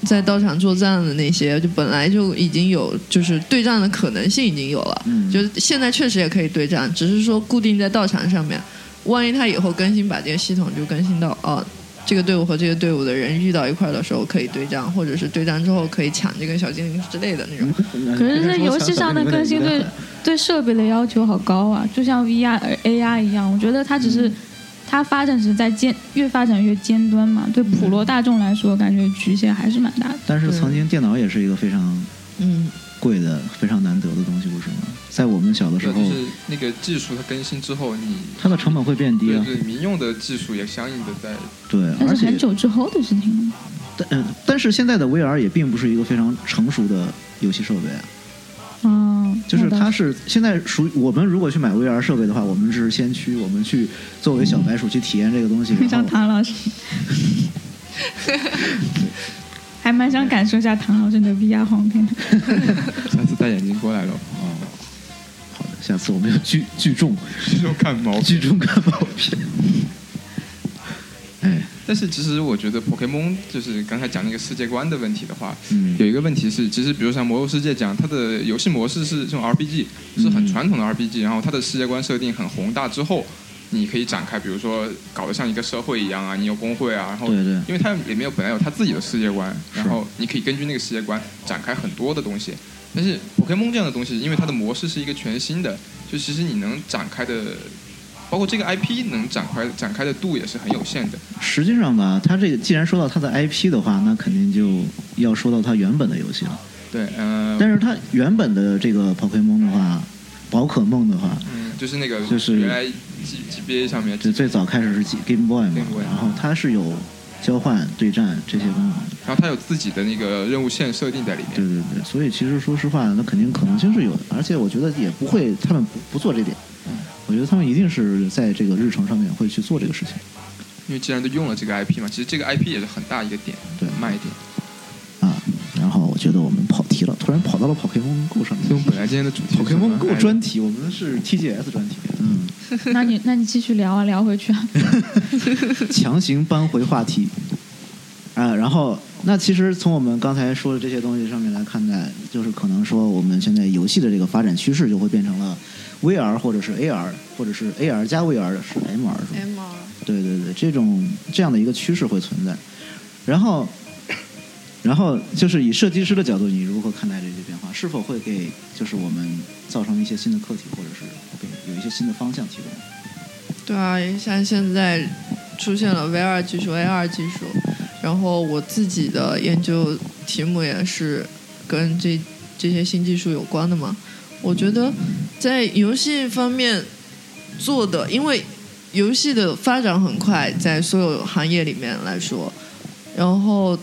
[SPEAKER 5] 在道场作战的那些，就本来就已经有，就是对战的可能性已经有了。
[SPEAKER 1] 嗯
[SPEAKER 5] 就是现在确实也可以对战，只是说固定在道场上面。万一他以后更新把这个系统就更新到哦，这个队伍和这个队伍的人遇到一块儿的时候可以对战，或者是对战之后可以抢这个小精灵之类的那
[SPEAKER 1] 嗯
[SPEAKER 5] 种。
[SPEAKER 3] 可是这游戏上的更新对对设备的要求好高啊，就像 VR、AR 一样，我觉得它只
[SPEAKER 1] 嗯
[SPEAKER 3] 是它发展是在尖，越发展越尖端嘛，对普
[SPEAKER 1] 嗯
[SPEAKER 3] 罗大众来说，感觉局限还是蛮大的。
[SPEAKER 1] 但是曾经电脑也是一个非常
[SPEAKER 5] 嗯，
[SPEAKER 1] 贵的、非常难得的东西，不是吗？在我们小的时
[SPEAKER 2] 对，
[SPEAKER 1] 候，
[SPEAKER 2] 就是那个技术它更新之后，你
[SPEAKER 1] 它的成本会变低
[SPEAKER 2] 对
[SPEAKER 1] 啊。
[SPEAKER 2] 对民用的技术也相应的在
[SPEAKER 1] 对，而
[SPEAKER 3] 但是
[SPEAKER 1] 且
[SPEAKER 3] 很久之后的事情了嘛，
[SPEAKER 1] 但嗯但是现在的 VR 也并不是一个非常成熟的游戏设备啊，
[SPEAKER 3] 嗯，
[SPEAKER 1] 就是
[SPEAKER 3] 那倒
[SPEAKER 1] 它是现在属于我们如果去买 VR 设备的话，我们是先驱，我们去作为小白鼠去体验这个 东西，
[SPEAKER 3] 非常
[SPEAKER 1] 然后
[SPEAKER 3] 唐老师，还蛮想感受一下唐老师的 VR 黄片的。
[SPEAKER 2] 下次戴眼镜过来 了，
[SPEAKER 1] 好的下次我们要聚聚众
[SPEAKER 2] 这种看毛病。
[SPEAKER 1] 聚众看毛 片。哎，
[SPEAKER 2] 但是其实我觉得 Pokemon 就是刚才讲那个世界观的问题的话，
[SPEAKER 1] 嗯
[SPEAKER 2] 有一个问题是，其实比如像《魔兽世界》讲，它的游戏模式是这种 RPG，是
[SPEAKER 1] 嗯
[SPEAKER 2] 很传统的 RPG，、然后它的世界观设定很宏大之后。你可以展开，比如说搞得像一个社会一样啊，你有工会啊，然后
[SPEAKER 1] 对对
[SPEAKER 2] 因为它里面有本来有它自己的世界观，然后你可以根据那个世界观展开很多的东西。但是 Pokemon 这样的东西，因为它的模式是一个全新的，就其实你能展开的，包括这个 IP 能展开展开的度也是很有限的。
[SPEAKER 1] 实际上吧，它这个既然说到它的 IP 的话，那肯定就要说到它原本的游戏了。
[SPEAKER 2] 对，嗯、
[SPEAKER 1] 但是它原本的这个宝可梦的话，宝可梦的话，
[SPEAKER 2] 嗯，就是那个，
[SPEAKER 1] 就是
[SPEAKER 2] 原来 G G B A 上面，
[SPEAKER 1] 就最早开始是 G- Game Boy 嘛
[SPEAKER 2] Game，Boy
[SPEAKER 1] 然后它是有交换、对战这些功能的。
[SPEAKER 2] 然后它有自己的那个任务线设定在里面
[SPEAKER 1] 对。对对，所以其实说实话，那肯定可能性是有的，而且我觉得也不会，他们不不做这点。我觉得他们一定是在这个日程上面会去做这个事情。
[SPEAKER 2] 因为既然都用了这个 I P 嘛，其实这个 I P 也是很大一个点，
[SPEAKER 1] 对
[SPEAKER 2] 卖点。
[SPEAKER 1] 啊，然后我觉得我们跑题了，突然跑到了 Pokemon Go 上
[SPEAKER 2] 所以
[SPEAKER 1] 面
[SPEAKER 2] 我们。本来今天的主题是什么
[SPEAKER 1] Pokemon
[SPEAKER 2] 来
[SPEAKER 1] Go
[SPEAKER 2] 着
[SPEAKER 1] 专题，我们是 TGS 专题，嗯，
[SPEAKER 3] 那你那你继续聊啊，聊回去啊。
[SPEAKER 1] 强行搬回话题。啊，然后那其实从我们刚才说的这些东西上面来看待，就是可能说我们现在游戏的这个发展趋势就会变成了 VR 或者是 AR 或者是 AR 加 VR 是 MR 是吧？
[SPEAKER 5] MR
[SPEAKER 1] 对对对，这种这样的一个趋势会存在。然后，然后就是以设计师的角度，你如何看待这些变化？是否会给就是我们造成一些新的课题，或者是给有一些新的方向提供？
[SPEAKER 5] 对啊，像现在出现了 VR 技术、AR 技术，然后我自己的研究题目也是跟这这些新技术有关的嘛。我觉得在游戏方面做的，因为游戏的发展很快，在所有行业里面来说，然后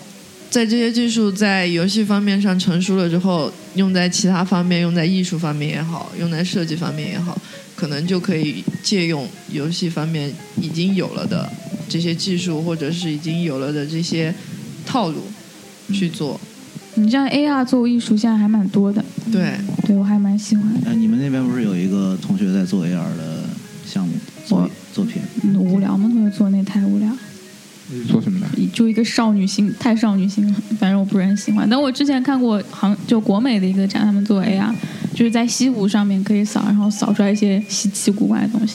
[SPEAKER 5] 在这些技术在游戏方面上成熟了之后，用在其他方面，用在艺术方面也好，用在设计方面也好，可能就可以借用游戏方面已经有了的这些技术，或者是已经有了的这些套路去做。
[SPEAKER 3] 你像 AR 作为艺术，现在还蛮多的，
[SPEAKER 5] 对，
[SPEAKER 3] 对我还蛮喜欢的。
[SPEAKER 1] 呃，你们那边不是有一个同学在做 AR 的项目作
[SPEAKER 3] 我
[SPEAKER 1] 作品？
[SPEAKER 3] 嗯无聊吗？同学做那太无聊，
[SPEAKER 2] 你哎是做什么的？
[SPEAKER 3] 就一个少女心，太少女心了。反正我不是很喜欢。但我之前看过杭就国美的一个展，他们做 AR，就是在西湖上面可以扫，然后扫出来一些稀奇古怪的东西，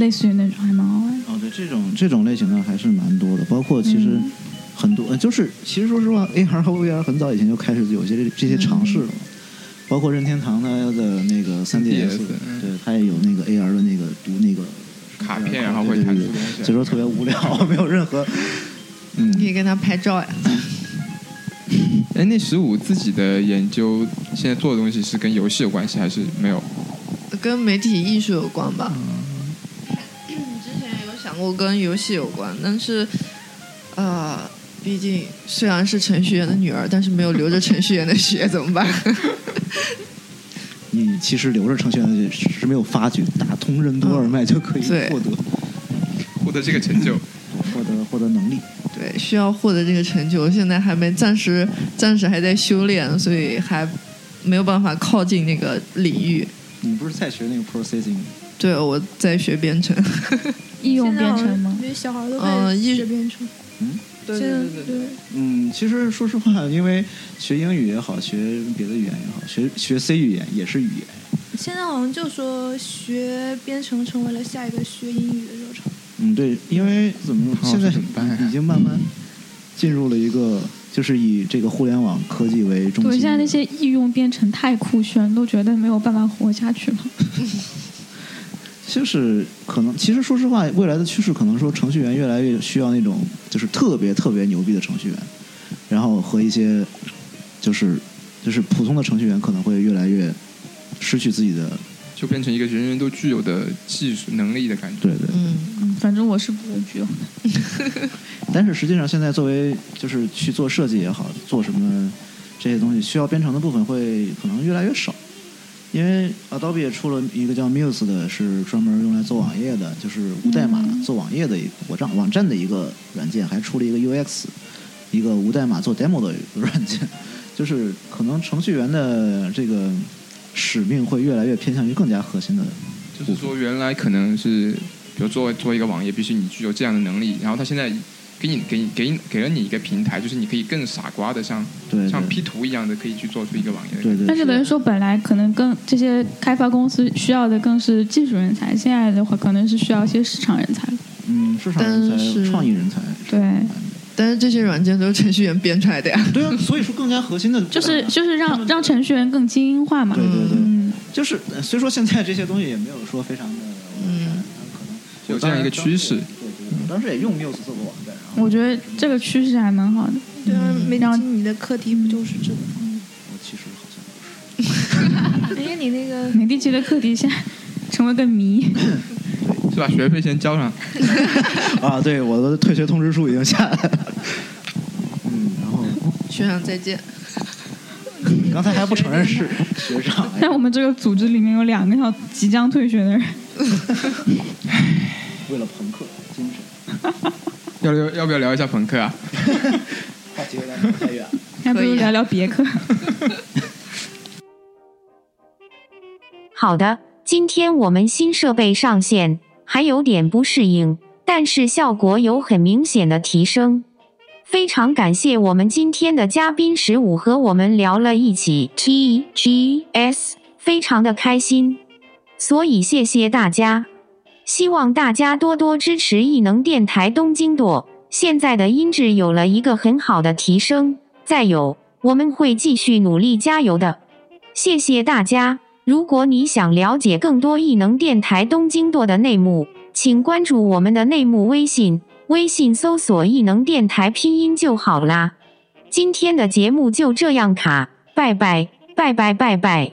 [SPEAKER 3] 类似于那种还蛮好玩的。
[SPEAKER 1] 哦，对，这种这种类型的还是蛮多的，包括其实
[SPEAKER 3] 嗯
[SPEAKER 1] 很多，呃就是其实说实话，AR 和 VR 很早以前就开始有些这这些尝试
[SPEAKER 2] 嗯
[SPEAKER 1] 了嘛，包括任天堂它的那个 3DS，
[SPEAKER 2] 3DS 嗯
[SPEAKER 1] 对，它也有那个 AR 的那个读那个啊
[SPEAKER 2] 卡
[SPEAKER 1] 对
[SPEAKER 2] 片，然后会弹
[SPEAKER 1] 嗯
[SPEAKER 2] 出
[SPEAKER 1] 对对
[SPEAKER 2] 东
[SPEAKER 1] 对
[SPEAKER 2] 西。
[SPEAKER 1] 所以说特别无聊， 没有任何嗯
[SPEAKER 5] 你可以跟他拍照呀。
[SPEAKER 2] 哎，那十五自己的研究现在做的东西是跟游戏有关系还是没有？
[SPEAKER 5] 跟媒体艺术有关吧。嗯之前有想过跟游戏有关，但是，呃，毕竟虽然是程序员的女儿，但是没有留着程序员的血，怎么办？
[SPEAKER 1] 你其实留着程序员的是没有发觉，打通任督二脉就可以
[SPEAKER 5] 嗯对
[SPEAKER 1] 获得、
[SPEAKER 2] 获得这个成就，
[SPEAKER 1] 获得获得能力。
[SPEAKER 5] 对，需要获得这个成就，现在还没暂时暂时还在修炼，所以还没有办法靠近那个领域。
[SPEAKER 1] 你不是在学那个 processing
[SPEAKER 5] 对，我在学编程。
[SPEAKER 3] 易用
[SPEAKER 4] 现在
[SPEAKER 3] 编
[SPEAKER 4] 好像
[SPEAKER 3] 程吗？
[SPEAKER 4] 那些小孩都
[SPEAKER 5] 嗯
[SPEAKER 4] 开
[SPEAKER 5] 一
[SPEAKER 4] 始学编程，
[SPEAKER 5] 对
[SPEAKER 4] 现在对
[SPEAKER 1] 嗯，其实说实话，因为学英语也好，学别的语言也好，学学 C 语言也是语言，
[SPEAKER 6] 现在好像就说学编程成为了下一个学英语的热潮。
[SPEAKER 1] 嗯，对，因为怎么
[SPEAKER 2] 好
[SPEAKER 1] 说，现在
[SPEAKER 2] 怎么办呀
[SPEAKER 1] 已经慢慢进入了一个，就是以这个互联网科技为中
[SPEAKER 3] 对，
[SPEAKER 1] 心。
[SPEAKER 3] 现在那些应用编程太酷炫，都觉得没有办法活下去了。
[SPEAKER 1] 就是可能，其实说实话，未来的趋势可能说程序员越来越需要那种就是特别特别牛逼的程序员，然后和一些就是就是普通的程序员可能会越来越失去自己的
[SPEAKER 2] 就变成一个人人都具有的技术能力的感觉。
[SPEAKER 1] 对对。
[SPEAKER 5] 嗯，
[SPEAKER 3] 嗯，反正我是不具有。
[SPEAKER 1] 但是实际上，现在作为就是去做设计也好，做什么这些东西，需要编程的部分会可能越来越少，因为 Adobe 也出了一个叫 Muse 的，是专门用来做网页的，就是无代码
[SPEAKER 3] 嗯
[SPEAKER 1] 做网页的一个网站网站的一个软件，还出了一个 UX，一个无代码做 demo 的软件， 就是可能程序员的这个使命会越来越偏向于更加核心的
[SPEAKER 2] 就是说，原来可能是，比如做做一个网页，必须你具有这样的能力，然后他现在给你给你给你给了你一个平台，就是你可以更傻瓜的像
[SPEAKER 1] 对
[SPEAKER 2] 像
[SPEAKER 1] 对
[SPEAKER 2] P 图一样的，可以去做出一个网页的感觉。
[SPEAKER 1] 对对
[SPEAKER 3] 但是等于说，本来可能更这些开发公司需要的更是技术人才，现在的话可能是需要一些市场人才了。
[SPEAKER 1] 嗯，市场人
[SPEAKER 5] 但
[SPEAKER 1] 才、
[SPEAKER 5] 是
[SPEAKER 1] 创意人才。
[SPEAKER 3] 对，
[SPEAKER 5] 但是这些软件都是程序员编出来的呀。
[SPEAKER 1] 对啊，所以说更加核心的
[SPEAKER 3] 就是就是让让程序员更精英化嘛。
[SPEAKER 1] 对对对，
[SPEAKER 3] 嗯，
[SPEAKER 1] 就是呃虽说现在这些东西也没有说非常的完善，
[SPEAKER 5] 嗯
[SPEAKER 1] 但可能
[SPEAKER 2] 有这样一个趋势
[SPEAKER 1] 我当时也。对对对，我当时也用 Muse 做过网站，然后
[SPEAKER 3] 我觉得这个趋势还蛮好的。
[SPEAKER 6] 对啊，梅
[SPEAKER 3] 然后
[SPEAKER 6] 经你的课题不就是这个吗？
[SPEAKER 1] 我其实好像不是。
[SPEAKER 6] 因啊哎为你那个
[SPEAKER 3] 美第奇的课题现在成为个谜，
[SPEAKER 2] 是吧？学费先交上，
[SPEAKER 1] 啊，对，我的退学通知书已经下来了。嗯，然后
[SPEAKER 5] 学长再见，
[SPEAKER 1] 刚才还不承认是学长，哎
[SPEAKER 3] 但我们这个组织里面有两个要即将退学的人，
[SPEAKER 1] 为了朋克精神，
[SPEAKER 2] 要聊要不要聊一下朋克啊？
[SPEAKER 1] 话题有点太远了。
[SPEAKER 3] 还不如聊聊别克。
[SPEAKER 7] 好的，今天我们新设备上线，还有点不适应，但是效果有很明显的提升。非常感谢我们今天的嘉宾十五和我们聊了一起 T G S，非常的开心，所以谢谢大家，希望大家多多支持异能电台东京朵。现在的音质有了一个很好的提升，再有我们会继续努力加油的。谢谢大家！如果你想了解更多异能电台东京舵的内幕，请关注我们的内幕微信，微信搜索“异能电台”拼音就好啦。今天的节目就这样卡，拜拜，拜拜，拜拜。